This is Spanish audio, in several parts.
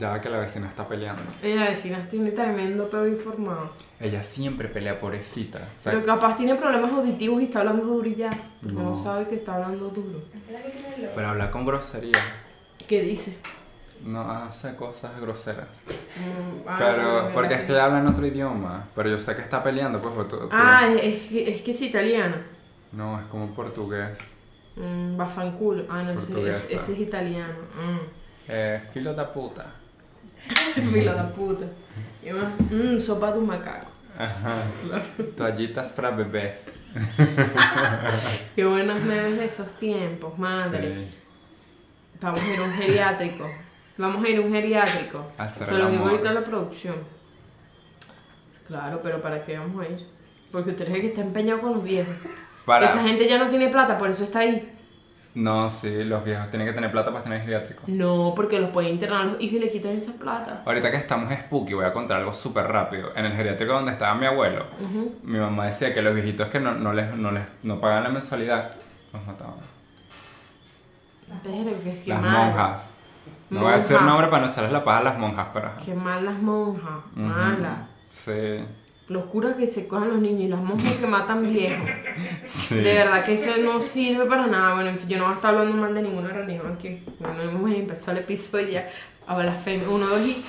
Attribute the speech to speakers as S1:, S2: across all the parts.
S1: Ya que la vecina está peleando.
S2: Ella, la vecina tiene tremendo pedo informado.
S1: Ella siempre pelea, pobrecita. O sea,
S2: Pero capaz tiene problemas auditivos y está hablando duro y ya. Porque no.
S1: No.
S2: sabe que está hablando duro.
S1: Pero habla con grosería.
S2: ¿Qué dice?
S1: No hace cosas groseras.
S2: Mm, ah,
S1: Pero,
S2: bueno,
S1: porque es que
S2: mira.
S1: ella habla en otro idioma. Pero yo sé que está peleando, pues. porque tú- tú-
S2: Ah, es, es que, es que es italiana.
S1: No, es como portugués.
S2: Mm, Bafanculo. Ah, no, ese,
S1: Portuguesa.
S2: ese- ese es italiano. Mm.
S1: Eh, filo da puta.
S2: Fila da puta. Y más, mm, sopa de un macaco.
S1: Ajá. Toallitas para bebés.
S2: Qué buenos memes de esos tiempos, madre.
S1: Sí.
S2: Vamos a ir a un geriátrico. Vamos a ir a un geriátrico.
S1: A hacer
S2: Se
S1: el
S2: lo digo
S1: amor.
S2: ahorita a la producción. Claro, pero ¿para qué vamos a ir? Porque usted es el que está empeñado con los viejos.
S1: Para.
S2: Esa gente ya no tiene plata, por eso está ahí.
S1: No, sí, los viejos tienen que tener plata para tener geriátrico.
S2: No, porque los puede internar los hijos y le quitan esa plata.
S1: Ahorita que estamos spooky, voy a contar algo súper rápido. En el geriátrico donde estaba mi abuelo, mi mamá decía que los viejitos que no, no les, no les no pagan la mensualidad, los mataban.
S2: Pero que es que
S1: las
S2: mal.
S1: monjas. No voy a decir
S2: Monja.
S1: nombre para no echarles la paja a las monjas, pero... ajá.
S2: Qué mal las monjas,
S1: Ujú.
S2: malas.
S1: Sí,
S2: Los curas que se cojan los niños y las monjas que matan viejos.
S1: sí.
S2: De verdad que eso no sirve para nada. Bueno, en fin, yo no voy a estar hablando mal de ninguna religión aquí. Bueno, hemos empezado el episodio ya. A blasfemia. Uno, dos y.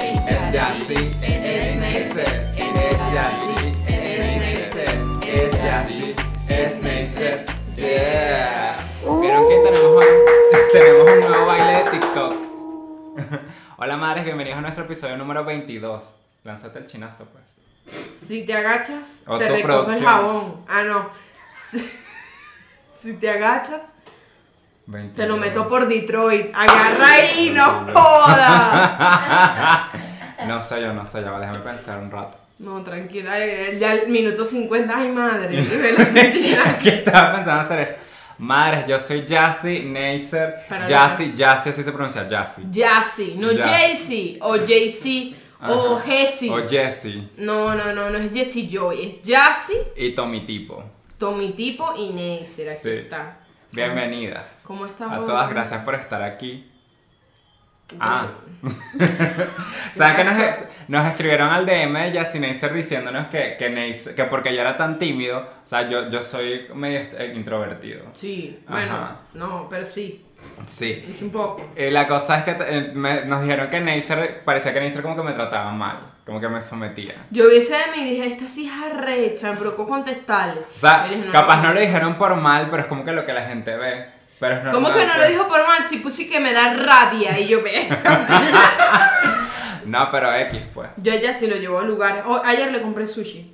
S1: Es así, es Neisser, es así, es Neisser, es así, es Neisser, yeah. ¿Vieron que tenemos un, tenemos un nuevo baile de TikTok? Hola madres, bienvenidos a nuestro episodio número 22. Lánzate el chinazo pues.
S2: Si te agachas, te
S1: Autoproducción.
S2: recoge el jabón. Ah, no. Si, si te agachas,
S1: 22.
S2: te lo meto por Detroit. Agarra ahí, no joda.
S1: No sé yo, no sé yo, déjame pensar un rato.
S2: No, tranquila. eh, Ya el minuto 50, ay madre. de la oficina.
S1: que estaba pensando hacer es, madres, yo soy Jassy Neisser,
S2: Para
S1: Jassy, Jassy, así se pronuncia, Jassy.
S2: Jassy, no
S1: Jassy.
S2: Jaycee, o Jaycee, o
S1: Ajá.
S2: Jesse.
S1: O Jesse
S2: No, no, no, no es Jesse Joy, es Jassy,
S1: y Tommy Tipo.
S2: Tommy Tipo y Neisser. Aquí
S1: Sí.
S2: está.
S1: Bienvenidas.
S2: ¿Cómo estamos?
S1: A todas, gracias por estar aquí. Ah. ¿Sabes que nos, e-, nos escribieron al DM de Jassy Neisser diciéndonos que, que, Neisser- que porque yo era tan tímido, o sea, yo, yo soy medio eh, introvertido.
S2: Sí, bueno,
S1: Ajá.
S2: no, pero sí,
S1: Sí.
S2: es un poco.
S1: Eh, la cosa es que eh, me- nos dijeron que Neisser, parecía que Neisser como que me trataba mal, como que me sometía.
S2: Yo vi ese de mí y dije, esta sí es arrecha, me provocó contestarle.
S1: O sea,
S2: Y dije, no,
S1: capaz
S2: no.
S1: no lo dijeron por mal, pero es como que lo que la gente ve. Pero es normal,
S2: ¿Cómo que no lo
S1: pues.
S2: dijo por mal? Si puse que me da rabia y yo ve.
S1: No, pero X, pues.
S2: yo a Jassy lo llevo a lugares. Oh, ayer le compré sushi.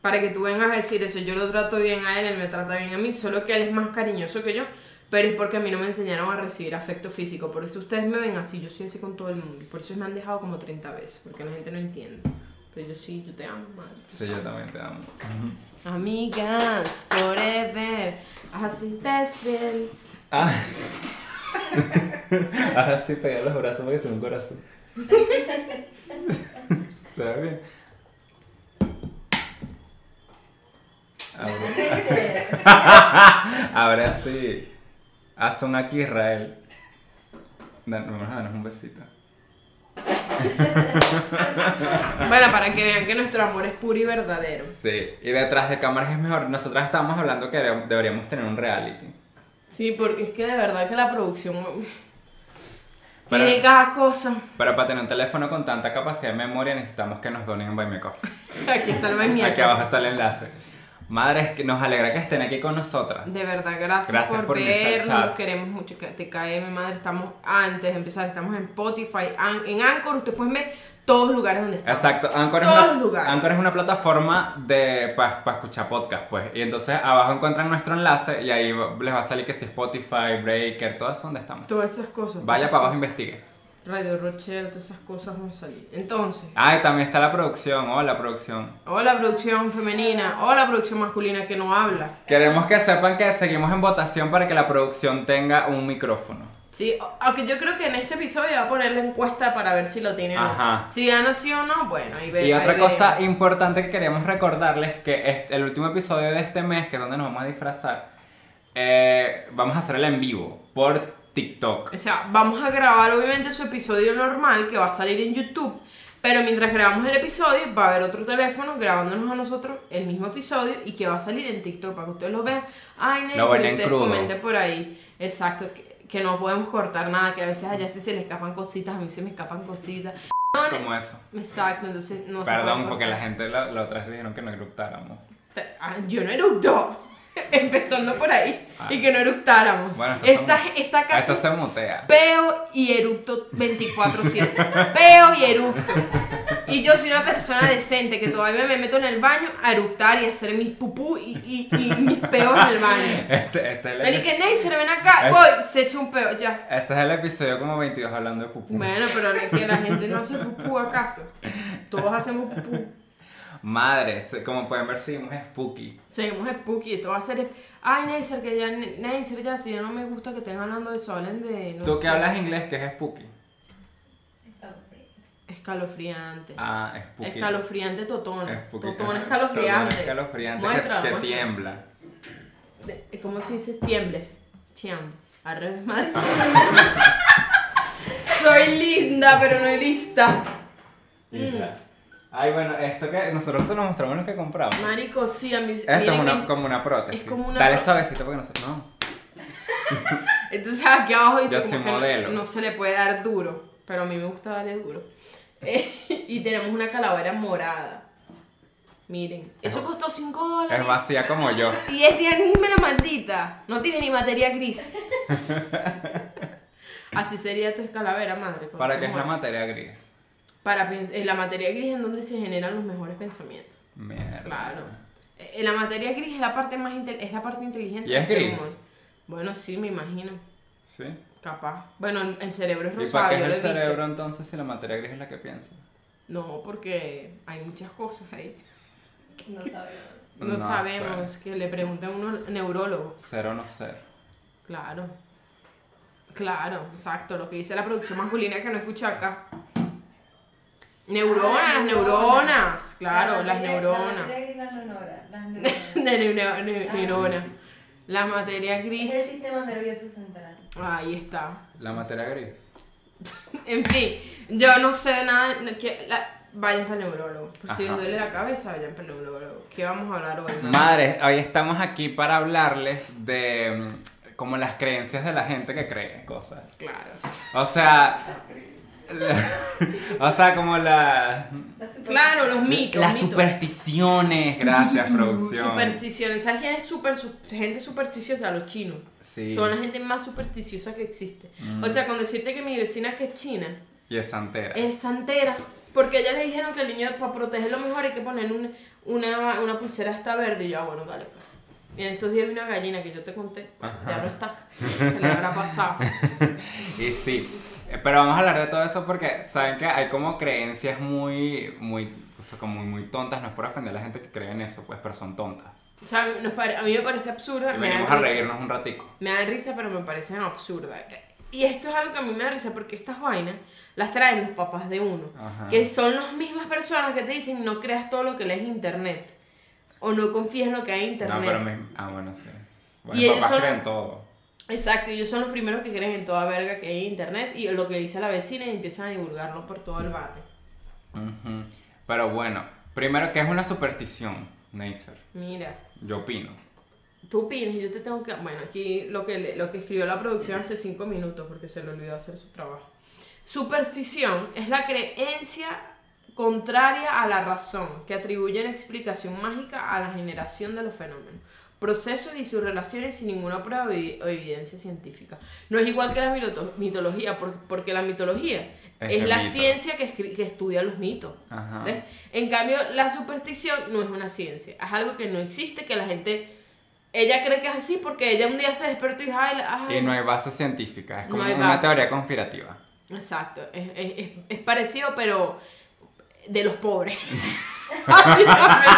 S2: Para que tú vengas a decir eso, yo lo trato bien a él, él me trata bien a mí, solo que él es más cariñoso que yo, pero es porque a mí no me enseñaron a recibir afecto físico, por eso ustedes me ven así, yo soy así con todo el mundo, por eso me han dejado como 30 veces, porque la gente no entiende, pero yo sí, yo te amo, madre.
S1: Sí, yo también te amo.
S2: Amigas, forever, así best friends.
S1: Ah. Ahora sí, pegar los brazos porque se me corazón. ¿Se ve bien? Ahora, ahora sí. Haz un aquí, Israel. Dan- Vamos a darnos un besito.
S2: Bueno, para que vean que nuestro amor es puro y verdadero.
S1: Sí, y detrás de cámaras es mejor. Nosotras estábamos hablando que deb- deberíamos tener un reality.
S2: Sí, porque es que de verdad que la producción
S1: Pero-
S2: tiene cada cosa.
S1: Pero para tener un teléfono con tanta capacidad de memoria necesitamos que nos donen un Buy Me Coffee.
S2: Aquí está el bañero.
S1: Aquí abajo está el enlace. Madre, es que nos alegra que estén aquí con nosotras.
S2: De verdad, gracias,
S1: Gracias
S2: por,
S1: por unirse al
S2: vernos.
S1: chat.
S2: los Queremos mucho que te cae, mi madre. Estamos antes de empezar, estamos en Spotify, An- en Anchor. Ustedes pueden ver todos los lugares donde estamos.
S1: Exacto, Anchor es,
S2: Todos
S1: una,
S2: los lugares.
S1: Anchor es una plataforma de para escuchar podcast, pues. Y entonces abajo encuentran nuestro enlace y ahí les va a salir que si Spotify, Breaker, todas son donde estamos.
S2: Todas esas cosas.
S1: Vaya
S2: todas
S1: para abajo,
S2: esas
S1: investigue.
S2: cosas. Radio Rocher, todas esas cosas van a salir. Entonces,
S1: Ah, y también está la producción. Hola, producción.
S2: Hola producción femenina, hola producción masculina que no habla.
S1: Queremos que sepan que seguimos en votación para que la producción tenga un micrófono.
S2: Sí, o- aunque yo creo que en este episodio va a poner la encuesta para ver si lo tiene o no.
S1: Ajá.
S2: Si gana sí o no, bueno, ahí ve.
S1: Y
S2: ahí
S1: otra
S2: ve.
S1: cosa importante que queríamos recordarles que este- el último episodio de este mes, que es donde nos vamos a disfrazar, eh, vamos a hacer el en vivo por TikTok.
S2: O sea, vamos a grabar obviamente su episodio normal que va a salir en YouTube. Pero mientras grabamos el episodio, va a haber otro teléfono grabándonos a nosotros el mismo episodio y que va a salir en TikTok para que ustedes lo vean. Ay,
S1: Lo ven en
S2: necesito
S1: crudo.
S2: comenten por ahí. Exacto, que, que no podemos cortar nada, que a veces allá sí se le escapan cositas, a mí se me escapan cositas.
S1: Como eso.
S2: Exacto, entonces no se puede
S1: Perdón,
S2: cortar.
S1: porque la gente la, la otra vez dijeron que no eructáramos.
S2: Te- ah, Yo no eructo. Empezando por ahí.
S1: Ah.
S2: Y que no eructáramos.
S1: Bueno, entonces
S2: esta,
S1: somos-
S2: esta
S1: Ah, Eso
S2: casa
S1: se
S2: es
S1: mutea.
S2: peo y eructo 24-7. peo y eructo. Y yo soy una persona decente que todavía me meto en el baño a eructar y a hacer mis pupú y, y- y mis peos en el baño.
S1: Este, este es el
S2: El
S1: epi-
S2: que Ney se le ven acá,
S1: Es-
S2: voy, se echa un peo, ya.
S1: este es el episodio como 22 hablando de pupú.
S2: Bueno, pero es que la gente no hace pupú acaso. Todos hacemos pupú.
S1: Madre, se- como pueden ver, seguimos spooky.
S2: Seguimos spooky, esto va a ser. Ay, Neisser, que ya. Neisser, ya, si ya no me gusta que estén hablando de eso, hablen de. No
S1: Tú
S2: sé,
S1: que hablas inglés, que es spooky.
S2: Escalofriante.
S1: Ah, spooky.
S2: escalofriante totón.
S1: Spooky.
S2: Totón
S1: Totón
S2: escalofriante.
S1: escalofriante que-
S2: Muestra,
S1: que,
S2: muestra.
S1: tiembla.
S2: De- ¿Cómo se dice? Tiemble. Tiemble. Al revés, madre. Soy linda, pero no lista.
S1: Y ya.
S2: Mm.
S1: Ay, bueno, esto que nosotros se lo mostramos los que compramos.
S2: Marico, sí, a mis.
S1: Esto es
S2: miren
S1: una,
S2: esto.
S1: como una prótesis.
S2: es como una-
S1: Dale suavecito porque nosotros. No.
S2: Entonces aquí abajo
S1: Yo
S2: dice
S1: soy
S2: como que
S1: modelo.
S2: no, no se le puede dar duro, pero a mí me gusta darle duro. Eh, y tenemos una calavera morada. Miren, eso costó 5 dólares.
S1: Es vacía como yo.
S2: Y es de anime la maldita. No tiene ni materia gris. Así sería tu calavera, madre. porque
S1: ¿Para qué es la
S2: bueno,
S1: materia gris?
S2: Para pens- en la materia gris es donde se generan los mejores pensamientos.
S1: Mierda.
S2: Claro. Eh, En la materia gris es la parte más inte- es la parte inteligente.
S1: ¿Y
S2: del
S1: es
S2: ser
S1: gris?
S2: humano. Bueno, sí, me imagino.
S1: Sí.
S2: Capaz. Bueno, el- el cerebro es
S1: ¿Y
S2: rosado.
S1: para qué
S2: yo
S1: es el
S2: lo he visto.
S1: cerebro entonces si la materia gris es la que piensa?
S2: No, porque hay muchas cosas ahí.
S3: No sabemos.
S2: No,
S1: No
S2: sabemos. Que le pregunten a un neurólogo.
S1: Ser o no ser.
S2: Claro. Claro, exacto. Lo que dice la producción masculina que no escucha acá. Neuronas,
S3: Ah,
S2: las neuronas. Claro, las neuronas.
S3: Las neuronas. Las
S2: De
S3: neuronas.
S2: neu- neu- neu- neuronas. Las materias
S3: es
S2: grises.
S3: el sistema nervioso central.
S2: Ahí está.
S1: La materia gris.
S2: En fin, yo no sé nada. no- que la- vayan para el neurólogo. Por si les
S1: Ajá.
S2: duele la cabeza, vayan para el neurólogo. ¿Qué vamos a hablar hoy? no?
S1: Madres, hoy estamos aquí para hablarles de mm, como las creencias de la gente que cree cosas.
S2: Claro.
S1: O sea, la- o sea, como la,
S3: La super-
S2: Claro, los mitos.
S1: las
S2: mitos.
S1: supersticiones. Gracias, producción.
S2: Mm, Supersticiones. ¿Sabes quién es super, su- gente supersticiosa? Los chinos.
S1: Sí.
S2: Son la gente más supersticiosa que existe.
S1: Mm.
S2: O sea, con decirte que mi vecina que es china
S1: Y es santera.
S2: es santera. Porque a ella le dijeron que el niño, para protegerlo mejor, hay que poner un- una, una pulsera hasta verde. Y yo, ah, bueno, dale. pues. Y en estos días vi una gallina que yo te conté. Ya no está. Se le habrá pasado.
S1: Y sí. Eh, Pero vamos a hablar de todo eso porque saben que hay como creencias muy, muy, o sea, como muy, muy tontas. No es por ofender a la gente que cree en eso, pues, pero son tontas.
S2: O sea, nos pare- a mí me parece absurda.
S1: Y
S2: me da
S1: venimos a
S2: risa.
S1: reírnos un ratico.
S2: Me da risa, pero me parecen absurdas. Y esto es algo que a mí me da risa porque estas vainas las traen los papás de uno.
S1: Ajá.
S2: Que son las mismas personas que te dicen no creas todo lo que lees en internet. O no confíes en lo que hay en internet.
S1: No, pero me... Ah, bueno, sí. Bueno,
S2: Y ellos
S1: papás
S2: son-
S1: creen todo.
S2: Exacto, ellos son los primeros que creen en toda verga que hay en internet y lo que dice la vecina y empiezan a divulgarlo por todo el barrio.
S1: Ujú. Pero bueno, primero, ¿qué es una superstición, Neisser?
S2: Mira,
S1: Yo opino.
S2: tú opinas y yo te tengo que... Bueno, aquí lo que, le- lo que escribió la producción hace cinco minutos porque se le olvidó hacer su trabajo. Superstición es la creencia contraria a la razón que atribuye una explicación mágica a la generación de los fenómenos, procesos y sus relaciones sin ninguna prueba evi- o evidencia científica. No es igual que la mito- mitología, por- porque la mitología
S1: Es
S2: es,
S1: el
S2: la
S1: mito.
S2: ciencia que, escri- que estudia los mitos.
S1: Ajá.
S2: ¿Ves? En cambio, la superstición no es una ciencia, es algo que no existe, que la gente, ella cree que es así porque ella un día se despertó y dijo, "Ay, la- ay".
S1: Y no hay bases científicas, es
S2: No
S1: como
S2: hay
S1: una
S2: base.
S1: teoría conspirativa.
S2: Exacto, es, es- es- es parecido, pero de los pobres. Básicamente.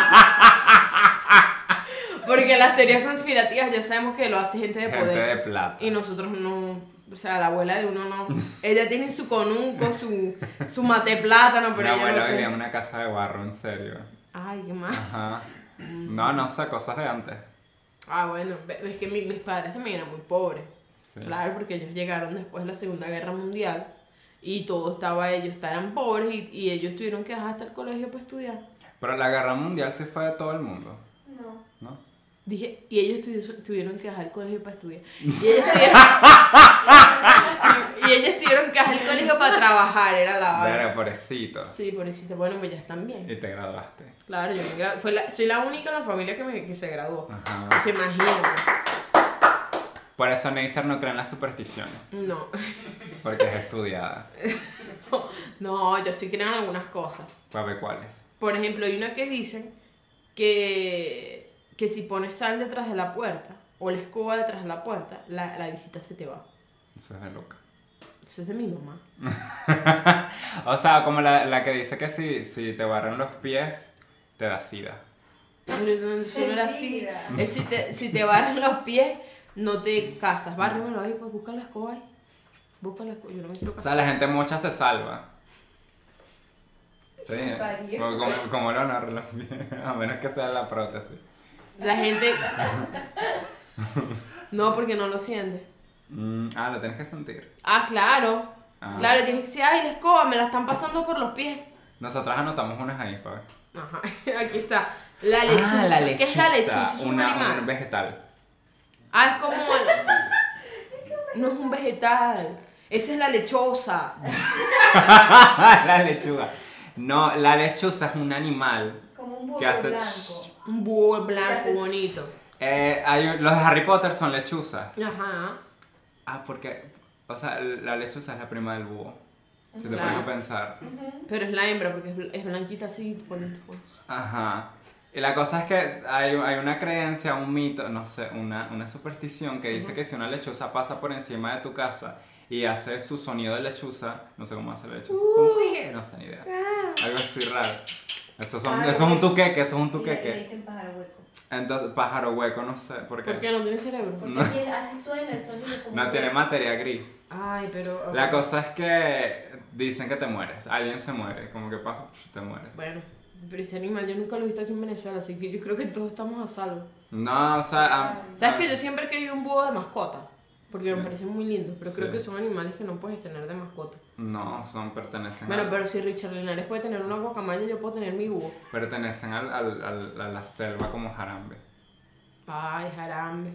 S2: Porque las teorías conspirativas ya sabemos que lo hace gente de
S1: Gente de
S2: poder.
S1: plata.
S2: Y nosotros no. O sea, la abuela de uno no. Ella tiene su conuco, su, su mate plátano,
S1: Mi
S2: pero ella
S1: abuela
S2: no
S1: vivía en
S2: come.
S1: una casa de barro, en serio.
S2: Ay, qué mal.
S1: Ajá.
S2: Mm.
S1: No, no sé, cosas de antes.
S2: Ah, bueno, ve- es que mi- mis padres también eran muy pobres.
S1: Sí.
S2: Claro, porque ellos llegaron después de la Segunda Guerra Mundial y todo estaba, ellos eran pobres y, y ellos tuvieron que dejar hasta el colegio para estudiar.
S1: Pero la guerra mundial sí fue de todo el mundo,
S3: No.
S1: ¿no?
S2: Dije, y ellos tu- tuvieron que dejar el colegio para estudiar. Y ellos tuvieron, y ellos tuvieron que dejar el colegio para trabajar, era la vaina.
S1: Verga, pobrecito.
S2: Sí, pobrecito, bueno, pues ya están bien.
S1: Y te graduaste.
S2: Claro, yo me gra- fue la- soy la única en la familia que, me- que se graduó.
S1: Ajá.
S2: Se imagina. pues.
S1: Por eso Neisser no cree en las supersticiones,
S2: No,
S1: porque es estudiada.
S2: no, yo sí creo en algunas cosas.
S1: Para ver cuáles.
S2: Por ejemplo, hay una que dicen que, que si pones sal detrás de la puerta o la escoba detrás de la puerta, la, la visita se te va.
S1: Eso es de loca.
S2: Eso es de mi mamá.
S1: O sea, como la, la que dice que si, si te barren los pies, te da sida.
S2: Pero eso no- eso no era así.
S3: Mentira.
S2: Es si te, si te barren los pies, no te casas. Bárrenmelo ahí, pues busca la escoba ahí. Busca la escoba. Yo no me quiero
S1: O
S2: casar.
S1: sea, la gente mucha se salva. Sí,
S3: Parió.
S1: como, como, como Leonor, los pies, a menos que sea la prótesis.
S2: La gente. No, porque no lo siente.
S1: Mm, ah, lo tienes que sentir.
S2: Ah, claro.
S1: Ah.
S2: Claro, tienes que decir, ay, la escoba, me la están pasando por los pies.
S1: Nosotras anotamos unas ahí, pa' ver.
S2: Ajá, aquí está. La lechuza. ¿Qué es Ah, la lechuza? Es un
S1: una,
S2: animal.
S1: un vegetal.
S2: Ah, es como. el- No es un vegetal. Esa es la lechosa.
S1: la lechuga. No, la lechuza es un animal
S3: Como un burro
S1: que hace...
S3: blanco.
S2: Un búho blanco
S3: Gracias.
S2: bonito.
S1: Eh, hay un- los de Harry Potter son lechuzas.
S2: Ajá.
S1: Ah, porque... O sea, la lechuza es la prima del búho. Si te
S2: Claro.
S1: pones a pensar.
S2: Pero es la hembra porque es bl- es blanquita así. bonito.
S1: Ajá. Y la cosa es que hay, hay una creencia, un mito, no sé, una, una superstición que dice que si una lechuza pasa por encima de tu casa y hace su sonido de lechuza, no sé cómo hace la lechuza. Uy, no sé ni idea.
S2: Ah.
S1: Algo así raro. Eso, son-
S3: Ah,
S1: eso es un
S3: ok.
S1: tuqueque, eso es un
S3: Y le, le
S1: tuqueque.
S3: dicen pájaro hueco.
S1: Entonces, pájaro hueco, no sé, por qué.
S2: ¿Por qué no tiene cerebro?
S3: Porque
S1: No.
S3: tiene- así suena el sonido como
S1: No
S3: un
S1: tiene
S3: hueco.
S1: materia gris.
S2: Ay, pero.
S1: La cosa es que dicen que te mueres, alguien se muere, como que pasa, te mueres.
S2: Bueno, pero ese animal yo nunca lo he visto aquí en Venezuela, así que yo creo que todos estamos a salvo.
S1: No, o sea... ah, am-
S2: ¿Sabes
S1: am-
S2: que yo siempre he querido un búho de mascota? Porque
S1: Sí.
S2: me parecen muy lindos, pero creo
S1: Sí.
S2: que son animales que no puedes tener de mascota.
S1: No, son pertenecen
S2: Bueno,
S1: a-
S2: pero si Richard Linares puede tener una guacamaya, yo puedo tener mi búho.
S1: Pertenecen al, al- al- a la selva como jarambe.
S2: Ay, jarambe.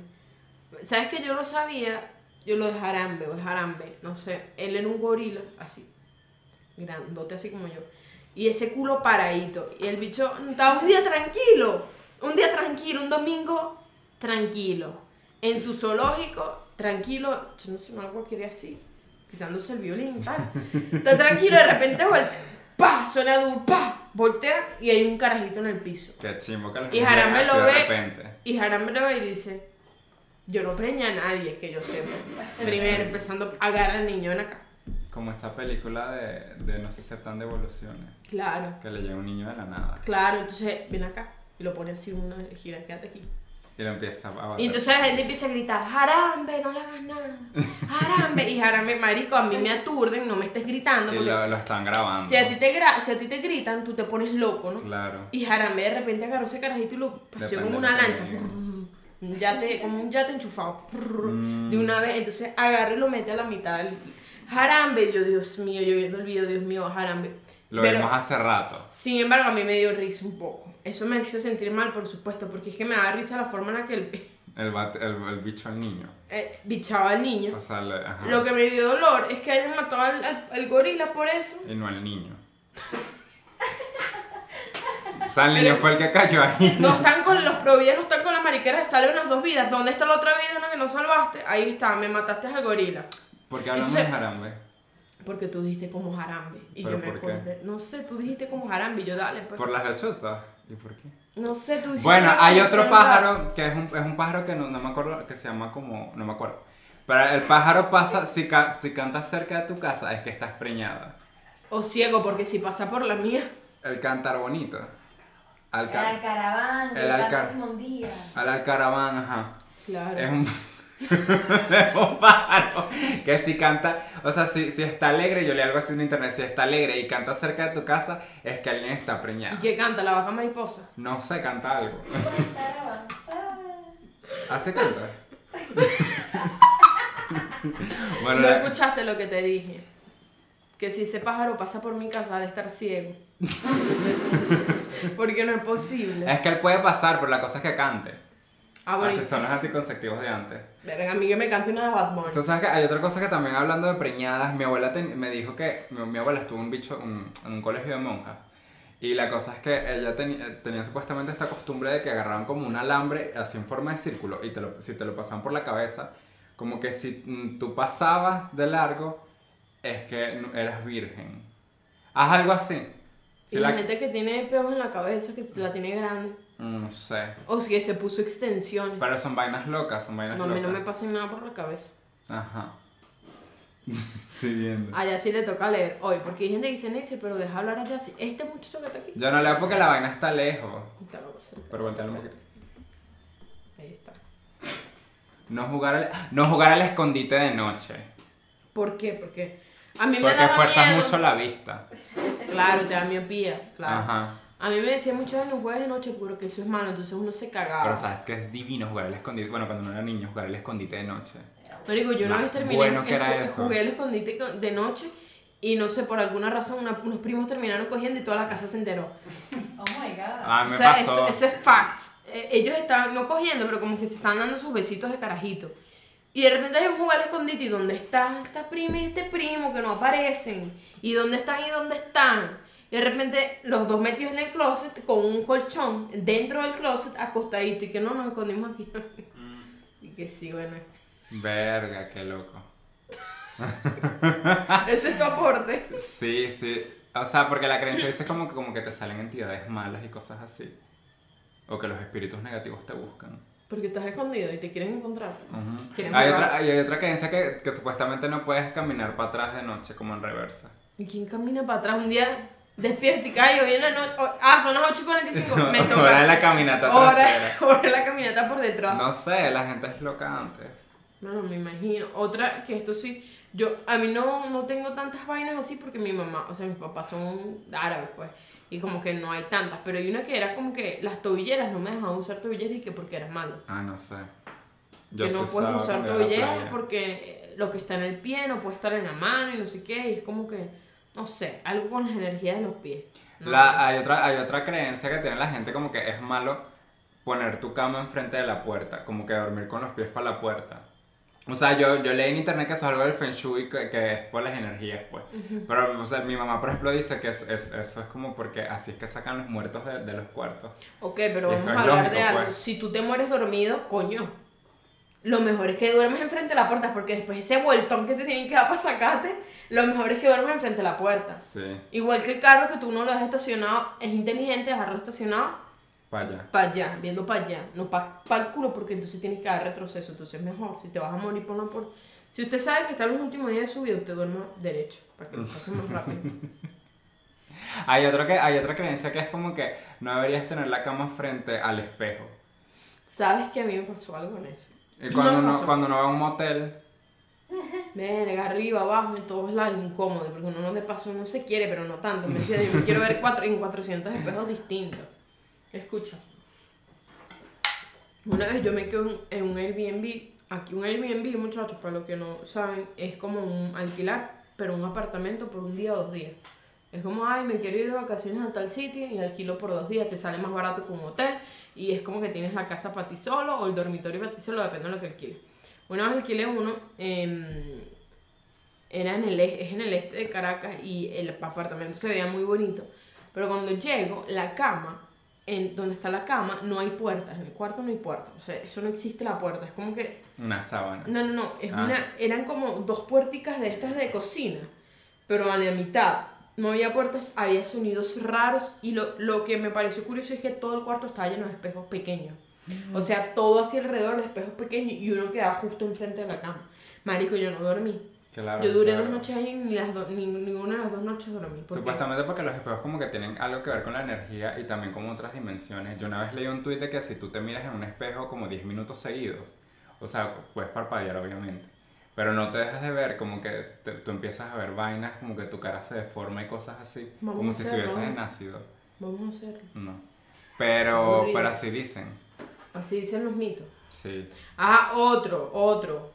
S2: ¿Sabes que yo no sabía? Yo lo de jarambe o es jarambe, no sé. Él era un gorila, así. Grandote, así como yo. Y ese culo paradito. Y el bicho estaba un día tranquilo. Un día tranquilo, un domingo tranquilo. En su zoológico, tranquilo. Yo no sé, me algo quería así. Quitándose el violín, tal. Está tranquilo, de repente voltea. ¡Pah! Suena de un pa. Voltea y hay un carajito en el piso.
S1: Qué chimbo que les
S2: Y
S1: llega
S2: jarambe
S1: así
S2: lo
S1: de
S2: ve.
S1: repente.
S2: Y Haram lo ve y dice, yo no preñé a nadie, que yo sepa. Primero, empezando, agarra al niño en acá.
S1: Como esta película de, de No se aceptan devoluciones.
S2: Claro.
S1: Que le llega un niño de la nada.
S2: Claro, entonces viene acá y lo pone así, una gira, quédate aquí.
S1: Y lo empieza a bater.
S2: Y entonces la gente empieza a gritar, Jarambe, no le hagas nada. Jarambe. Y Jarambe, marico, a mí me aturden, no me estés gritando.
S1: Y
S2: Porque
S1: lo, lo están grabando.
S2: si a, ti te gra- si a ti te gritan, tú te pones loco, ¿no?
S1: Claro.
S2: Y Jarambe de repente agarró ese carajito y lo paseó
S1: Depende
S2: como
S1: de
S2: una
S1: lo que
S2: lancha.
S1: le digan.
S2: Un yate, como un yate enchufado.
S1: Mm.
S2: De una vez. Entonces agarra y lo mete a la mitad del. Jarambe, yo, Dios mío, yo viendo el video, Dios mío, Jarambe.
S1: Lo
S2: Pero,
S1: vimos hace rato.
S2: Sin embargo, a mí me dio risa un poco. Eso me hizo sentir mal, por supuesto, porque es que me da risa la forma en la que el,
S1: El, bat- el, el bicho al niño.
S2: eh, bichaba al niño.
S1: O sea, le- ajá.
S2: Lo que me dio dolor es que hayan matado al, al- al gorila por eso.
S1: Y no el niño. o sea, el niño
S2: Pero-
S1: fue el que cayó ahí.
S2: No están con los providas, no están con la mariquera de salve unas dos vidas. ¿Dónde está la otra vida, una que no salvaste? Ahí está, me mataste al gorila.
S1: Porque hablamos
S2: Entonces-
S1: de jarambe.
S2: Porque tú dijiste como jarambe. Y
S1: ¿Pero
S2: yo me
S1: por qué?
S2: acordé. No sé, tú dijiste como jarambe. Y yo, dale, pues.
S1: Por las lechuzas. ¿Y por qué?
S2: No sé, tú dijiste.
S1: Bueno,
S2: una
S1: hay otro
S2: conexión rara.
S1: pájaro que es un, es un pájaro que no, no me acuerdo, que se llama como, no me acuerdo. Pero el pájaro pasa, si, ca- si cantas cerca de tu casa es que estás preñada.
S2: O ciego, porque si pasa por la mía.
S1: El cantar bonito. Al
S3: El alcaraván,
S1: El
S3: el
S1: alcar-
S3: alcaraván.
S1: al alcaraván, ajá.
S2: Claro.
S1: Es un, un pájaro que si canta, o sea, si, si está alegre, yo le hago así en internet, si está alegre y canta cerca de tu casa, es que alguien está
S2: ¿Y
S1: preñado.
S2: qué canta? ¿La vaca mariposa?
S1: No se canta algo.
S3: Cuéntala. Ah.
S1: ¿Hace canta? bueno,
S2: no
S1: la-
S2: escuchaste lo que te dije. Que si ese pájaro pasa por mi casa ha de estar ciego. Porque no es posible.
S1: es que él puede pasar, pero la cosa es que cante.
S2: Ah, bueno.
S1: Así son los
S2: y-
S1: anticonceptivos de antes.
S2: Verga, a mí que me cante una de Bad Bunny.
S1: Tú sabes que hay otra cosa que también hablando de preñadas, mi abuela ten- me dijo que mi, mi abuela estuvo un bicho, un- en un colegio de monjas. Y la cosa es que ella teni- eh, tenía supuestamente esta costumbre de que agarraban como un alambre así en forma de círculo y te lo, si te lo pasaban por la cabeza, como que si mm, tú pasabas de largo, es que no- eras virgen. Haz algo así. Si
S2: y la
S1: la-
S2: gente que tiene peos en la cabeza, que la tiene grande.
S1: No Mm, sé.
S2: O si que se puso extensiones.
S1: Pero son vainas locas, son vainas
S2: No, a mí
S1: locas.
S2: no me pasen nada por la cabeza.
S1: Ajá. Estoy viendo.
S2: Allá sí le toca leer hoy. Porque hay gente que dice, Nancy, pero deja hablar allá sí. Este muchacho que está aquí.
S1: Yo no leo porque la vaina está lejos.
S2: Está loco, cerca.
S1: Pero voltealo un poquito.
S2: Ahí está.
S1: No jugar al, no jugar al escondite de noche.
S2: ¿Por qué? Porque a mí me
S1: Porque
S2: daba
S1: fuerzas
S2: miedo.
S1: mucho la vista.
S2: Claro, te da miopía, claro.
S1: Ajá.
S2: A mí me decía mucho "Ay, no juegues de noche porque eso es malo, entonces uno se cagaba.
S1: Pero sabes que es divino jugar al escondite. Bueno, cuando uno era niño, jugar al escondite de noche.
S2: Marico, yo una
S1: Más
S2: vez terminé,
S1: bueno que era
S2: esco-
S1: eso.
S2: jugué al escondite co- de noche y no sé, por alguna razón una- unos primos terminaron cogiendo y toda la casa se enteró.
S3: Oh my god.
S1: Ah,
S2: o
S1: me
S2: sea,
S1: pasó.
S2: Eso, eso es fact. Eh, ellos estaban, no cogiendo, pero como que se estaban dando sus besitos de carajito. Y de repente hay un jugar al escondite y ¿dónde está esta prima y este primo que no aparecen? ¿Y dónde están y dónde están? Y de repente los dos metidos en el closet con un colchón dentro del closet acostadito y que no nos escondimos aquí.
S1: Mm.
S2: y que sí, bueno.
S1: Verga, qué loco.
S2: Ese es tu aporte.
S1: Sí, sí. O sea, porque la creencia dice como que, como que te salen entidades malas y cosas así. O que los espíritus negativos te buscan.
S2: Porque estás escondido y te quieren encontrar.
S1: Ujú.
S2: Quieren
S1: Hay
S2: jugar.
S1: otra, hay otra creencia que, que supuestamente no puedes caminar para atrás de noche, como en reversa.
S2: ¿Y quién camina para atrás un día? Despierta y cae hoy en la noche. oh, ah, son las 8.45. Me toca.
S1: Hora de la caminata
S2: Hora,
S1: trasera.
S2: hora de la caminata por detrás. No.
S1: No sé, la gente es loca antes.
S2: no, me imagino. Otra que esto sí. Yo, a mí no, no tengo tantas vainas así porque mi mamá, o sea, mis papás son árabes, pues. Y como que no hay tantas. Pero hay una que era como que las tobilleras no me dejaban usar tobilleras y que porque eras malo.
S1: Ah, no sé.
S2: que no
S1: sí
S2: puedes
S1: usaba cuando iba a
S2: usar
S1: la
S2: tobilleras
S1: playa.
S2: porque eh, lo que está en el pie no puede estar en la mano y no sé qué. Y es como que, no sé, algo con las energías de los pies. No,
S1: La, hay, otra, hay otra creencia que tiene la gente como que es malo poner tu cama enfrente de la puerta, como que dormir con los pies para la puerta. O sea, yo, yo leí en internet que eso es algo del feng shui, que, que es por las energías, pues. Pero, o sea, mi mamá, por ejemplo, dice que es- es- eso es como porque así es que sacan los muertos de, de los cuartos.
S2: Ok, pero
S1: Es
S2: vamos a
S1: lógico,
S2: hablar de algo.
S1: pues.
S2: Si tú te mueres dormido, coño. Lo mejor es que duermas enfrente de la puerta, porque después ese vueltón que te tienen que dar para sacarte, lo mejor es que duermas enfrente de la puerta.
S1: Sí,
S2: Igual que el carro que tú no lo has estacionado, es inteligente dejarlo estacionado
S1: vaya.
S2: para allá, viendo para allá, no para el culo, porque entonces tienes que dar retroceso. Entonces es mejor, si te vas a morir, ponlo por. Si usted sabe que está en los últimos días de su vida, usted duerma derecho, para que lo pase más rápido.
S1: Hay, otro que, hay otra creencia que es como que no deberías tener la cama frente al espejo.
S2: Sabes que a mí me pasó algo en eso.
S1: Y
S2: No
S1: Eh, cuando,
S2: me
S1: uno,
S2: pasó.
S1: cuando uno va a un motel,
S2: Verga, arriba, abajo, en todos lados, incómodo, porque uno no de paso no se quiere, pero no tanto. Me decía, yo me quiero ver cuatro, en 400 espejos distintos. Escucha. Una vez yo me quedé en- en un Airbnb. Aquí un Airbnb, muchachos, para los que no saben, es como un alquilar, pero un apartamento por un día o dos días. Es como, ay, me quiero ir de vacaciones a tal sitio y alquilo por dos días, te sale más barato que un hotel y es como que tienes la casa para ti solo o el dormitorio para ti solo, depende de lo que alquiles. Una vez alquilé uno, em, era en el, e- es en el este de Caracas y el apartamento se veía muy bonito, pero cuando llego, la cama, en donde está la cama, no hay puertas, en el cuarto no hay puertas, o sea, eso no existe la puerta, es como que
S1: una sábana.
S2: no, no, no. Es
S1: Ah.
S2: una, eran como dos puerticas de estas de cocina, pero a la mitad. No había puertas, había sonidos raros y lo, lo que me pareció curioso es que todo el cuarto estaba lleno de espejos pequeños. O sea, todo hacia alrededor de espejos pequeños y uno quedaba justo enfrente de la cama. Marico, yo no dormí.
S1: Claro,
S2: yo duré
S1: claro.
S2: dos noches ahí y ni, las do- ni- ninguna de las dos noches dormí. ¿Por qué?
S1: Supuestamente porque los espejos como que tienen algo que ver con la energía y también con otras dimensiones. Yo una vez leí un tuit de que si tú te miras en un espejo como 10 minutos seguidos, o sea, puedes parpadear obviamente, pero no te dejas de ver, como que te- tú empiezas a ver vainas, como que tu cara se deforma y cosas así,
S2: Vamos
S1: como
S2: a
S1: si
S2: hacerlo.
S1: estuvieses en ácido,
S2: Vamos a hacerlo.
S1: no.
S2: Qué
S1: Pero,
S2: aburrido.
S1: pero así dicen,
S2: Así dicen los mitos.
S1: sí.
S2: Ah, otro, otro.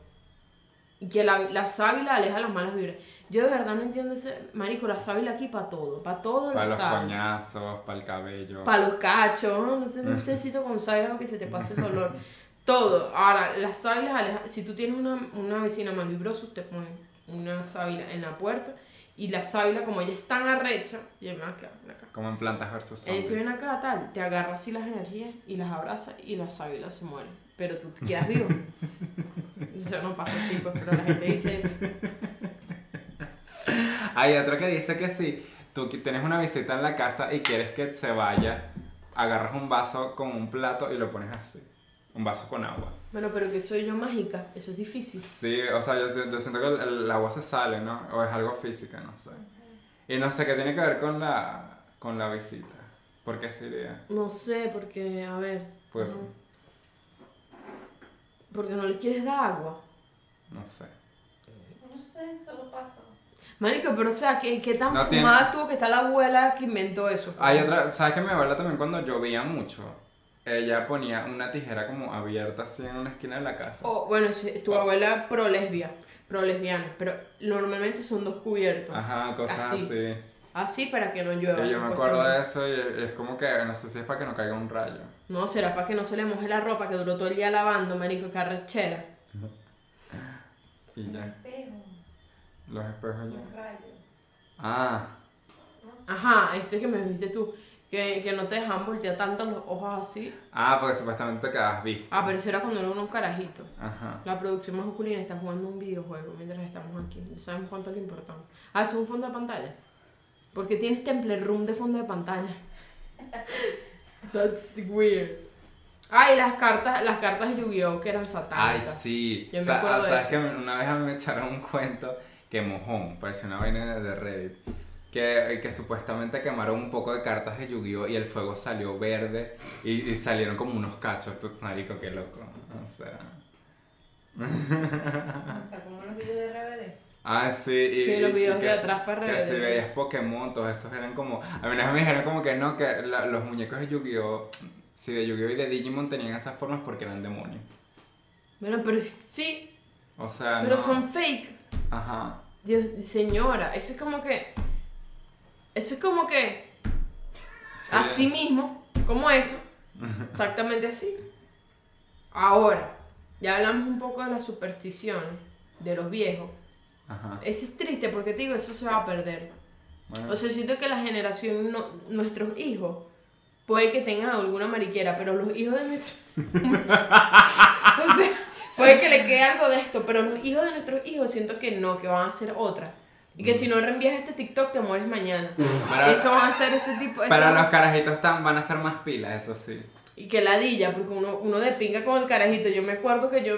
S2: Y Que la, la sábila aleja las malas vibras. Yo de verdad no entiendo ese. Marico, la sábila aquí para todo. Para todo
S1: Para
S2: la
S1: los
S2: sábila.
S1: coñazos, para el cabello.
S2: Para los cachos, ¿no? No sé, un tecito con sábila para que se te pase el dolor. Todo. Ahora, las sábilas alejan. Si tú tienes una, una vecina malvibrosa, usted pone una sábila en la puerta. Y la sábila, como ella es tan arrecha, y me va a quedar acá.
S1: Como en plantas versus
S2: Ella se
S1: zombies.
S2: viene acá, tal, te agarra así las energías y las abraza y las sábilas se mueren. Pero tú te quedas vivo. Eso no pasa así, pues, pero la gente dice eso.
S1: Hay otro que dice que si tú qui- tienes una visita en la casa y quieres que se vaya, agarras un vaso con un plato y lo pones así. Un vaso con agua.
S2: Bueno, pero que soy yo mágica, eso es difícil.
S1: Sí, o sea, yo, si- yo siento que el, el agua se sale, ¿no? O es algo física, no sé. Y no sé qué tiene que ver con la, con la visita. ¿Por qué sería?
S2: No sé, porque, a ver,
S1: Pues,
S2: Ajá. porque no le quieres dar agua.
S1: no sé.
S3: No sé, solo pasa.
S2: Marico, pero o sea, ¿qué, qué tan
S1: No tiene-
S2: fumada tuvo que está la abuela que inventó eso?
S1: Hay otra, ¿sabes que mi abuela también cuando llovía mucho? Ella ponía una tijera como abierta así en una esquina de la casa.
S2: O, bueno, sí, tu
S1: Oh.
S2: abuela pro lesbia, pro lesbiana, pero normalmente son dos cubiertos.
S1: Ajá, cosas
S2: Así.
S1: así.
S2: Así para que no llueva.
S1: Y Ah. yo me acuerdo
S2: supuestamente.
S1: de eso y es como que, no sé si es para que no caiga un rayo.
S2: No, será para que no se le moje la ropa que duró todo el día lavando, marico, carrechera.
S1: Y ya,
S3: Espejo,
S1: los espejos
S3: un
S1: ya.
S3: rayo.
S1: Ah,
S2: Ajá, este que me dijiste tú, que, que no te dejan voltear tanto los ojos así.
S1: ah, porque supuestamente te quedas visto.
S2: Ah, pero eso era cuando eran unos carajitos.
S1: Ajá.
S2: La producción masculina está jugando un videojuego mientras estamos aquí. No sabemos cuánto le importamos. Ah, es un fondo de pantalla. Porque tienes temple room de fondo de pantalla. That's weird. Ah, y las cartas, las cartas de Yu-Gi-Oh! que eran
S1: Ay,
S2: satánicas.
S1: sí.
S2: Yo me
S1: O sea,
S2: acuerdo de
S1: sabes
S2: eso.
S1: que una vez a mí me echaron un cuento que mojón, parecía una vaina de- de Reddit. Que, que supuestamente quemaron un poco de cartas de Yu-Gi-Oh! y el fuego salió verde y, y salieron como unos cachos. Tú, marico, qué loco. O sea.
S3: Está como los videos de RBD.
S1: Ah, sí, y,
S2: Sí, los
S1: y- y
S2: videos
S1: que
S2: de
S1: si-
S2: atrás para
S1: Que si
S2: rebelde.
S1: veías Pokémon, todos esos eran como. A mí una vez me dijeron como que no, que la- los muñecos de Yu-Gi-Oh! Sí, de Yu-Gi-Oh! y de Digimon tenían esas formas porque eran demonios.
S2: Bueno, pero sí,
S1: O sea,
S2: pero
S1: Ah, no.
S2: son fake.
S1: Ajá.
S2: Dios, señora, eso es como que. Eso es como que.
S1: sí.
S2: Así mismo, como eso. Exactamente así. Ahora, ya hablamos un poco de las supersticiones de los viejos.
S1: Ajá.
S2: Eso es triste porque te digo, eso se va a perder.
S1: Bueno,
S2: O sea, siento que la generación, no- nuestros hijos, puede que tengan alguna mariquera, pero los hijos de nuestros. o sea, puede que le quede algo de esto, pero los hijos de nuestros hijos siento que no, que van a hacer otra. Y que si no reenvías este TikTok, te mueres mañana.
S1: Para-
S2: eso van a ser ese tipo. eso-
S1: pero los carajitos están, van a ser más pilas, eso sí.
S2: Y que ladilla, porque uno, uno de pinga con el carajito. Yo me acuerdo que yo.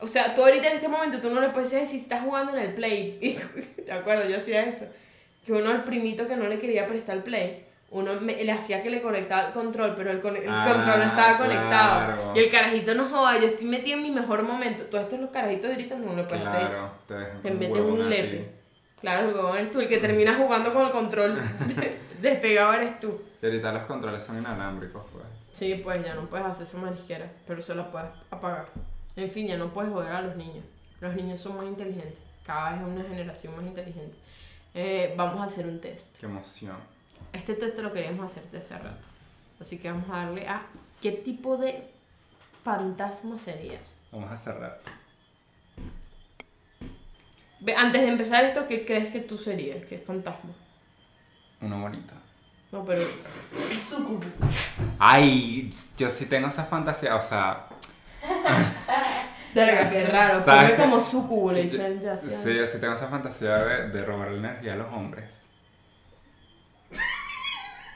S2: O sea, tú ahorita en este momento tú no le puedes decir si estás jugando en el play. Y, ¿Te acuerdas? Yo hacía eso. Que uno al primito que no le quería prestar el play, uno me- le hacía que le conectaba el control, pero el, con- el
S1: Ah,
S2: control no estaba
S1: claro.
S2: conectado. Y el carajito no joda, yo estoy metida en mi mejor momento. Todos estos los carajitos de ahorita no le puedes hacer eso.
S1: claro, te dejan
S2: Te
S1: como
S2: meten
S1: huevón a
S2: un
S1: ti.
S2: lepe. Claro, el huevón eres tú, el que termina jugando con el control despegado eres tú.
S1: Y ahorita los controles son inalámbricos, pues.
S2: Sí, pues ya no puedes hacer esa marisquera, pero se la puedes apagar. En fin, ya no puedes joder a los niños. Los niños son más inteligentes. Cada vez es una generación más inteligente. Eh, vamos a hacer un test.
S1: Qué emoción.
S2: Este test lo queríamos hacer de hace rato. Así que vamos a darle a qué tipo de fantasma serías.
S1: Vamos a cerrar.
S2: Ve, Antes de empezar esto, ¿qué crees que tú serías? ¿Qué fantasma?
S1: Uno bonito.
S2: No, pero
S3: Sucubo.
S1: Ay, yo sí tengo esa fantasía, o sea,
S2: Verga, qué raro.
S1: ¿Sabes
S2: Come
S1: qué?
S2: como sucubo, le dicen ya.
S1: Sí, yo sí tengo esa fantasía de, de robar energía a los hombres.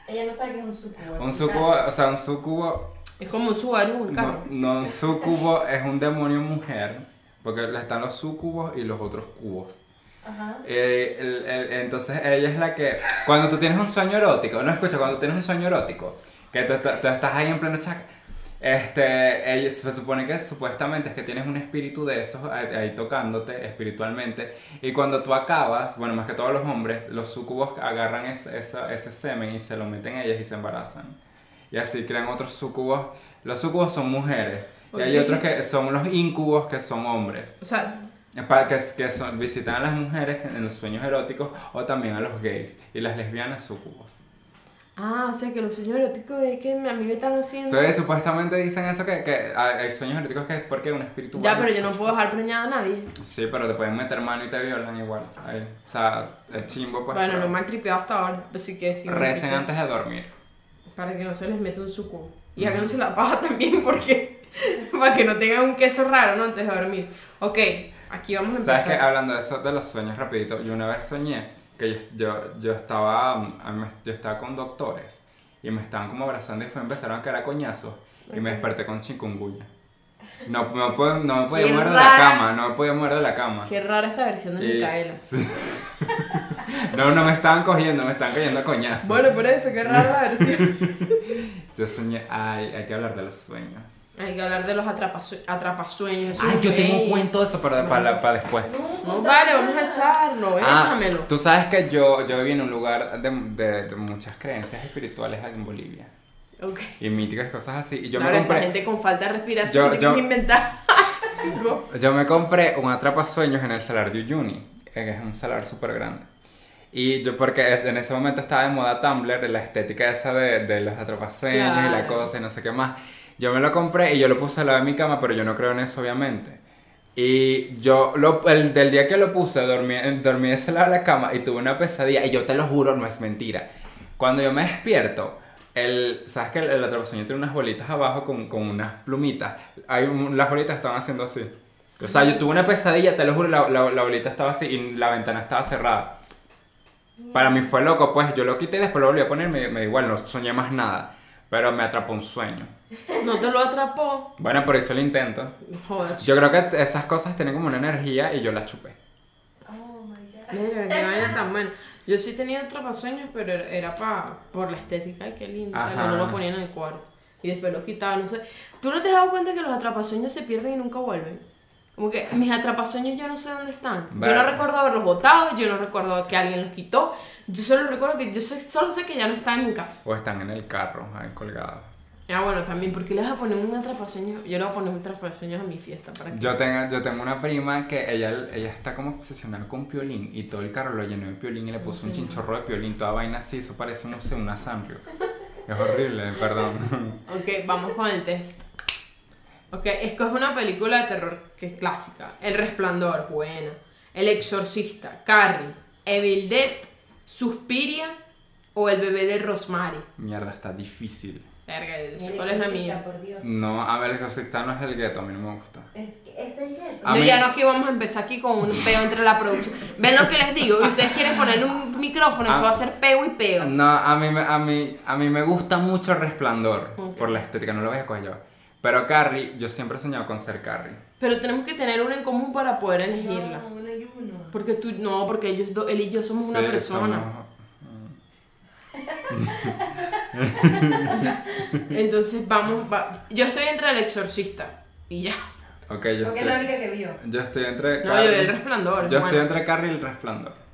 S3: Ella no sabe que es un sucubo.
S1: Un sucubo, o sea, un sucubo.
S2: Es como un Subaru, un carro.
S1: No, no, un sucubo es un demonio mujer. Porque están los sucubos y los otros cubos.
S3: Ajá.
S1: Eh, el- el- entonces ella es la que. Cuando tú tienes un sueño erótico, no escucha, cuando tienes un sueño erótico, que tú, tú- tú estás ahí en pleno chac. Este, ella- se supone que supuestamente es que tienes un espíritu de esos ahí, ahí tocándote espiritualmente y cuando tú acabas, bueno, más que todos los hombres, los sucubos agarran es- esa- ese semen y se lo meten a ellas y se embarazan. Y así crean otros sucubos. Los sucubos son mujeres y hay
S2: Ok.
S1: otros que son los incubos que son hombres.
S2: O sea,
S1: Para que, que son, visitan a las mujeres en los sueños eróticos o también a los gays y las lesbianas sucubos.
S2: ah, o sea que los sueños eróticos es que a mí me están haciendo.
S1: Entonces, supuestamente dicen eso que, que hay hay sueños eróticos que es porque un espíritu
S2: ya,
S1: va-
S2: pero yo no puedo dejar preñada a nadie.
S1: Sí, pero te pueden meter mano y te violan igual. Ay, o sea, es chimbo pues.
S2: bueno,
S1: pero
S2: no me han tripeado hasta ahora, así que sí. me
S1: Recen
S2: tripeo.
S1: antes Mm. de dormir.
S2: Para que no se les meta un sucubo. Y háganse la paja también, porque. para que no tengan un queso raro, ¿no? Antes de dormir. Ok, aquí vamos a empezar.
S1: ¿Sabes qué? Hablando de eso, de los sueños rapidito, yo una vez soñé que yo, yo, yo estaba, mm, a mí me- yo estaba con doctores y me estaban como abrazando y después me empezaron a caer a coñazos y me
S2: Ok.
S1: desperté con chikungunya. No, no, puedo- no me podía
S2: Qué
S1: mover de la
S2: rara.
S1: cama, no me podía mover de la cama.
S2: Qué rara esta versión de
S1: Y-
S2: Micaela.
S1: Ah. sí. no, no me estaban cogiendo, me estaban cayendo a coñazos.
S2: Bueno, por eso, qué rara la versión.
S1: Yo soñé, ay, hay que hablar de los sueños.
S2: Hay que hablar de los atrapasue- atrapasueños.
S1: Ay, yo tengo un
S2: cuenta
S1: cuento de eso para, para, para después.
S2: No, vale, vamos a echarlo,
S1: Ah,
S2: échamelo.
S1: Tú sabes que yo, yo viví en un lugar de, de- de muchas creencias espirituales en Bolivia.
S2: Ok.
S1: Y míticas cosas así. Y yo,
S2: Claro,
S1: me
S2: esa
S1: compré,
S2: gente con falta de respiración
S1: Yo-
S2: tiene
S1: yo-
S2: que inventar algo.
S1: yo me compré un atrapasueños en el Salar de Uyuni, eh, que es un salar súper grande. Y yo, porque es- en ese momento estaba de moda Tumblr, de la estética esa de, de los atrapasueños y la
S2: Claro.
S1: cosa y no sé qué más. Yo me lo compré y yo lo puse al lado de mi cama, pero yo no creo en eso, obviamente. Y yo, lo, el, del día que lo puse, dormí, dormí ese lado de la cama y tuve una pesadilla. Y yo te lo juro, no es mentira. Cuando yo me despierto, el, ¿sabes que el, el atrapasueño tiene unas bolitas abajo con, con unas plumitas? Hay un- las bolitas estaban haciendo así. O sea, yo tuve una pesadilla, te lo juro, la, la, la bolita estaba así y la ventana estaba cerrada. Para mí fue loco, pues yo lo quité y después lo volví a poner, me, me da igual, no soñé más nada. Pero me atrapó un sueño.
S2: No te lo atrapó.
S1: Bueno, pero hizo el intento.
S2: Joder.
S1: Yo creo que esas cosas tienen como una energía y yo las chupé.
S3: Oh my god.
S2: Mira, qué vaina tan buena. Yo sí tenía atrapasueños, pero era, era pa, por la estética. Ay, qué lindo.
S1: Ajá.
S2: Pero no lo ponían en el cuarto. Y después los quitaban. No sé. ¿Tú no te has dado cuenta que los atrapasueños se pierden y nunca vuelven? Como que mis atrapasueños yo no sé dónde están. Yo
S1: Vale.
S2: no recuerdo haberlos botado, yo no recuerdo que alguien los quitó. Yo solo recuerdo que yo sé- solo sé que ya no están en mi casa.
S1: O están en el carro, ahí colgados.
S2: Ah, bueno, también, porque le vas a poner un atrapasueño. Yo le voy a poner un atrapasueño a mi fiesta para que.
S1: Yo tengo, yo tengo una prima que ella, ella está como obsesionada con piolín y todo el carro lo llenó de piolín y le puso un chinchorro de piolín, toda vaina así, eso parece, no sé, un asambleo. Es horrible, perdón.
S2: Ok, vamos con el test. Ok, escoge una película de terror que es clásica: El Resplandor, buena. El Exorcista, Carrie, Evil Dead, Suspiria o El Bebé de Rosemary.
S1: Mierda, está difícil.
S2: Verga, yo sé
S3: El
S2: cuál es la
S3: Exorcista,
S2: mía.
S3: Por Dios.
S1: No, a ver, el exorcista no es del gueto, a mí no me gusta.
S3: Es que este es del gueto.
S1: A
S2: No,
S1: mí-
S2: ya no, aquí vamos a empezar aquí con un peo entre la producción. Ven lo que les digo, y ustedes quieren poner un micrófono,
S1: Ah.
S2: eso va a ser peo y peo.
S1: No, a mí, me- a mí, a mí me gusta mucho el resplandor por la estética, no lo voy a coger yo. Pero Carrie, yo siempre he soñado con ser Carrie.
S2: Pero tenemos que tener una en común para poder elegirla.
S3: No, uno y uno.
S1: Pues,
S2: Porque tú, no, porque ellos dos, él y yo somos
S1: Sí,
S2: una persona.
S1: somos-
S2: Entonces vamos, va- yo estoy entre el exorcista y ya.
S1: Ok, yo
S3: Porque
S1: estoy...
S3: es la única que vio.
S1: Yo estoy entre.
S2: No, yo el resplandor.
S1: Yo
S2: bueno.
S1: estoy entre Carrie y el resplandor.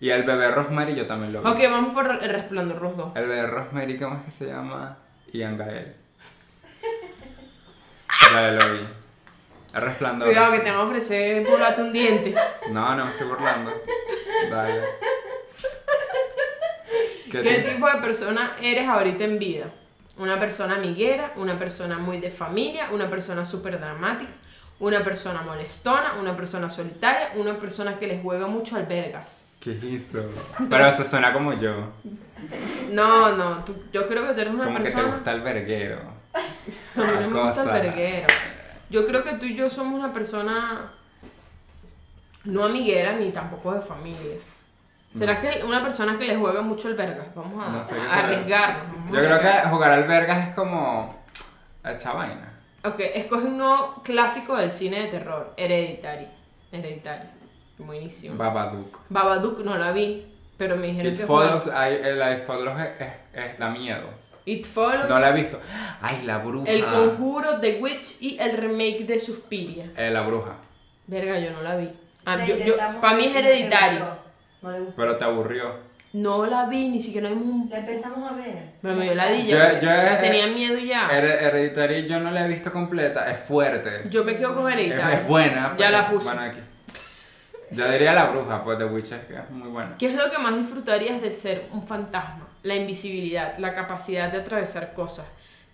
S1: Y el bebé Rosemary, yo también lo vi.
S2: Ok, vamos por el resplandor los dos.
S1: El bebé Rosemary, ¿cómo es que se llama? Ian Gael. Ya lo vi. El resplandor.
S2: Cuidado que te van a ofrecer volarte un diente.
S1: No, no me estoy burlando. Dale. ¿Qué
S2: ¿Qué
S1: te-
S2: tipo de persona eres ahorita en vida? Una persona amiguera, una persona muy de familia, una persona súper dramática, una persona molestona, una persona solitaria, una persona que les juega mucho al vergas.
S1: ¿Qué hizo? Pero se suena como yo.
S2: No, no, tú- yo creo que tú eres una
S1: Como que te
S2: persona...
S1: gusta el verguero.
S2: A mí no me gusta el
S1: Cosa.
S2: verguero. Yo creo que tú y yo somos una persona no amiguera ni tampoco de familia. ¿Será que una persona que le juega mucho el vergas? Vamos a,
S1: No sé qué
S2: a
S1: será eso.
S2: arriesgarnos. vamos
S1: Yo
S2: a
S1: creo
S2: arriesgar.
S1: que jugar al vergas es como. Echa vaina.
S2: Ok, escoge un nuevo clásico del cine de terror. Hereditary. Hereditary. Buenísimo.
S1: Babadook.
S2: Babadook no la vi, pero me dijeron
S1: It
S2: que
S1: follows, hay- el- la de follows es, es- es- da miedo.
S2: fue- It Follows,
S1: No la Ah. he visto. Ay, la bruja.
S2: El Conjuro, The Witch y el remake de Suspiria.
S1: Eh, la bruja.
S2: Verga, Ah, yo no la vi.
S3: La intentamos
S2: para mí es
S3: ver si no se
S2: hereditario.
S3: gustó. No le gustó.
S1: Pero te aburrió.
S2: No la vi, ni siquiera vimos un...
S3: La empezamos a ver.
S2: Pero me dio la
S1: Yo-
S2: dilla.
S1: yo- eh,
S2: Me tenía miedo ya.
S1: Her- Hereditary yo no la he visto completa. Es fuerte.
S2: Yo me quedo con
S1: Es,
S2: Hereditario.
S1: es buena.
S2: Ya
S1: pero
S2: la puse.
S1: bueno, aquí. Yo diría la bruja, pues The Witch es que es muy buena.
S2: ¿Qué es lo que más disfrutarías de ser un fantasma? La invisibilidad, la capacidad de atravesar cosas,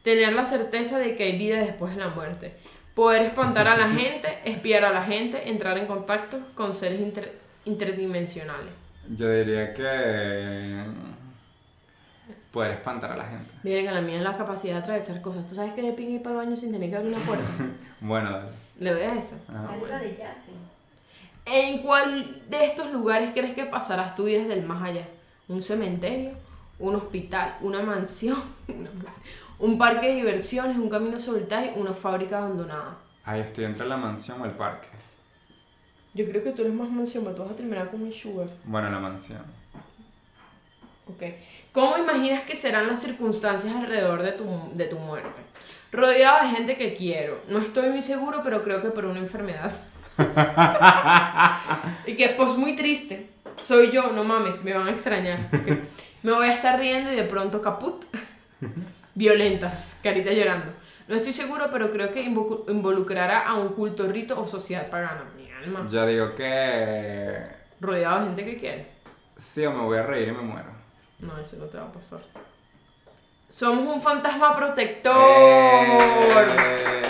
S2: tener la certeza de que hay vida después de la muerte, poder espantar a la gente, espiar a la gente, entrar en contacto con seres inter- interdimensionales.
S1: Yo diría que. mm, Poder espantar a la gente.
S2: Miren, a la mía es la capacidad de atravesar cosas. ¿Tú sabes que de pingue ir para el baño sin tener que abrir una puerta?
S1: Bueno, dale.
S2: Le voy a eso.
S1: Ah,
S3: Dale
S1: bueno.
S3: la de Yassi.
S2: ¿En cuál de estos lugares crees que pasarás tu vida desde el más allá? ¿Un cementerio? ¿Un hospital? ¿Una mansión? una mansión, ¿Un parque de diversiones? ¿Un camino solitario? ¿Una fábrica abandonada?
S1: Ay, estoy entre la mansión o el parque.
S2: Yo creo que tú eres más mansión, pero tú vas a terminar con un sugar.
S1: Bueno, la mansión.
S2: Ok. ¿Cómo imaginas que serán las circunstancias alrededor de tu, de tu muerte? Rodeado de gente que quiero. No estoy muy seguro, pero creo que por una enfermedad. y que pues muy triste. Soy yo, no mames, me van a extrañar. Ok. Me voy a estar riendo y de pronto caput. Violentas, carita llorando. No estoy seguro, pero creo que invo- involucrará a un culto, rito o sociedad pagana. Mi alma.
S1: Yo digo que.
S2: Rodeado de gente que quiere.
S1: Sí, o me voy a reír y me muero.
S2: No, eso no te va a pasar. Somos un fantasma protector.
S1: ¡Eh!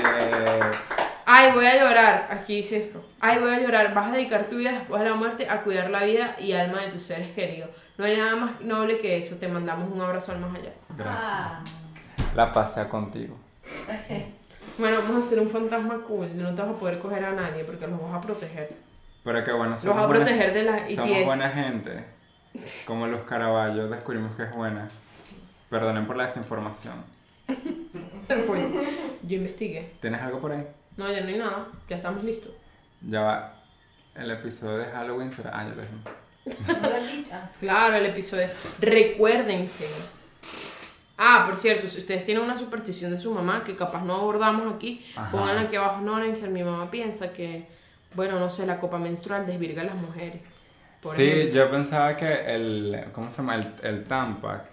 S2: Ay, voy a llorar. Aquí dice esto. Ay, voy a llorar. Vas a dedicar tu vida después de la muerte a cuidar la vida y alma de tus seres queridos. No hay nada más noble que eso. Te mandamos un abrazo al más allá.
S1: Gracias.
S3: Ah.
S1: La pasea contigo.
S2: Bueno, vamos a ser un fantasma cool. No te vas a poder coger a nadie porque los vas a proteger.
S1: Pero que bueno,
S2: Los
S1: somos,
S2: vas a
S1: buena-
S2: proteger de las
S1: somos buena
S2: ITS.
S1: gente. Como los Caraballo, descubrimos que es buena. Perdonen por la desinformación.
S2: Yo investigué.
S1: ¿Tienes algo por ahí?
S2: No, ya no hay nada. Ya estamos listos.
S1: Ya va. El episodio de Halloween será. Ah, yo lo dije.
S3: ¿No lo has dicho? Ah,
S2: Claro, el episodio. Recuérdense. Ah, por cierto, si ustedes tienen una superstición de su mamá que capaz no abordamos aquí,
S1: Ajá.
S2: pónganla aquí abajo. No, Nancy, mi mamá piensa que, bueno, no sé, la copa menstrual desvirga a las mujeres. Por
S1: sí,
S2: ejemplo.
S1: yo pensaba que el. ¿Cómo se llama? El, el Tampac.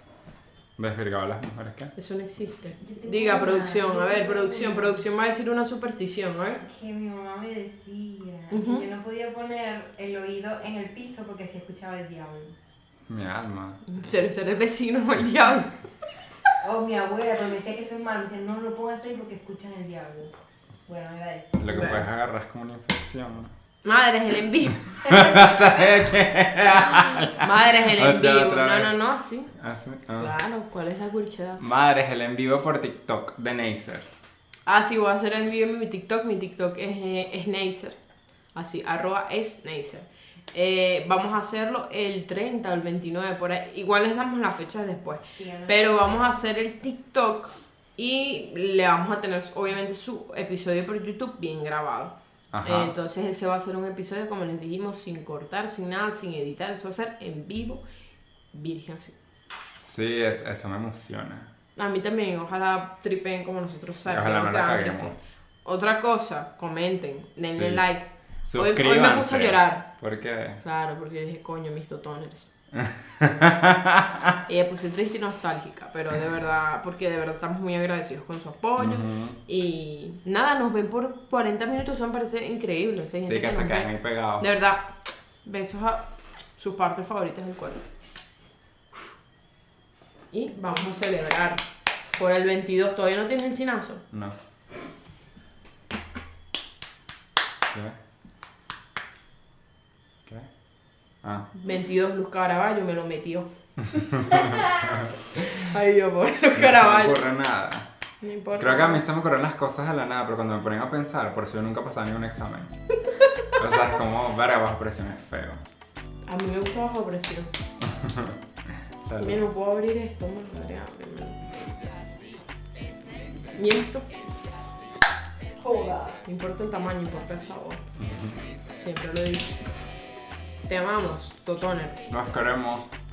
S1: Desvirgaba a las mujeres, ¿qué?
S2: Eso no existe.
S3: Yo tengo
S2: Diga,
S3: una,
S2: producción,
S3: yo
S2: a ver,
S3: tengo
S2: producción,
S3: una.
S2: producción va a decir una superstición, ¿eh? a ver.
S3: Que mi mamá me decía
S2: Ujú.
S3: que yo no podía poner el oído en el piso porque se escuchaba el diablo.
S1: Mi alma.
S2: Debe ser el vecino o el diablo.
S3: O Oh, mi abuela, pero me decía que eso es malo. Me decía, no lo pongas ahí porque escuchan el diablo. Bueno, me da eso.
S1: Lo que
S2: Bueno.
S1: puedes agarrar es como una infección. ¿no?
S2: Madre, es el envío.
S1: ¿Sabes qué?
S2: Madre, es el
S1: Otra,
S2: envío.
S1: otra
S2: No,
S1: vez.
S2: no, no, sí.
S1: Así, ah.
S2: Claro, ¿cuál es la curiosidad?
S1: Madres, el en vivo por TikTok de Neisser.
S2: Ah, sí, voy a hacer el video en mi TikTok. Mi TikTok es, eh, es Neisser. Así, arroba es Neisser. Eh, vamos a hacerlo el 30 o el 29, por ahí. Igual les damos las fechas después.
S3: Síganos.
S2: Pero vamos a hacer el TikTok y le vamos a tener, obviamente, su episodio por YouTube bien grabado.
S1: Ajá.
S2: Eh, entonces ese va a ser un episodio, como les dijimos, sin cortar, sin nada, sin editar. Eso va a ser en vivo, virgen así.
S1: Sí, es- eso me emociona.
S2: A mí también, ojalá tripen como nosotros
S1: Sí,
S2: sabemos.
S1: ojalá no la
S2: que vamos a
S1: caguemos.
S2: hacer. Otra cosa, comenten, denle
S1: Sí.
S2: like. Hoy-
S1: Suscríbanse.
S2: Hoy, me puse a llorar.
S1: ¿Por qué?
S2: Claro, porque yo dije, coño, mis totoners. y me puse triste y nostálgica, pero de verdad, porque de verdad estamos muy agradecidos con su apoyo.
S1: Ujú.
S2: Y nada, nos ven por 40 minutos, eso me parece increíble. o sea, hay
S1: Sí,
S2: gente
S1: que
S2: que
S1: se
S2: nos
S1: queden
S2: ve.
S1: ahí pegados.
S2: De verdad, besos a sus partes favoritas del cuerpo. Y vamos a celebrar por el 22. ¿Todavía no tienes el chinazo?
S1: No. ¿Qué? ¿Qué? Ah.
S2: 22, Luz Caraballo me lo metió. Ay, Dios, pobre Luz
S1: No
S2: Caraballo.
S1: se me ocurre nada.
S2: No importa.
S1: Creo que a mí se me ocurren las cosas de la nada, pero cuando me ponen a pensar, por eso yo nunca pasaba ningún examen. o sea, es como, verga, bajo presión es feo.
S2: A mí me gusta bajo presión.
S1: Salud.
S2: Mira, no puedo abrir esto, madre, ábremelo. ¿Y esto? No importa el tamaño, importa el sabor. Siempre lo he dicho. Te amamos, Totoner.
S1: Nos queremos.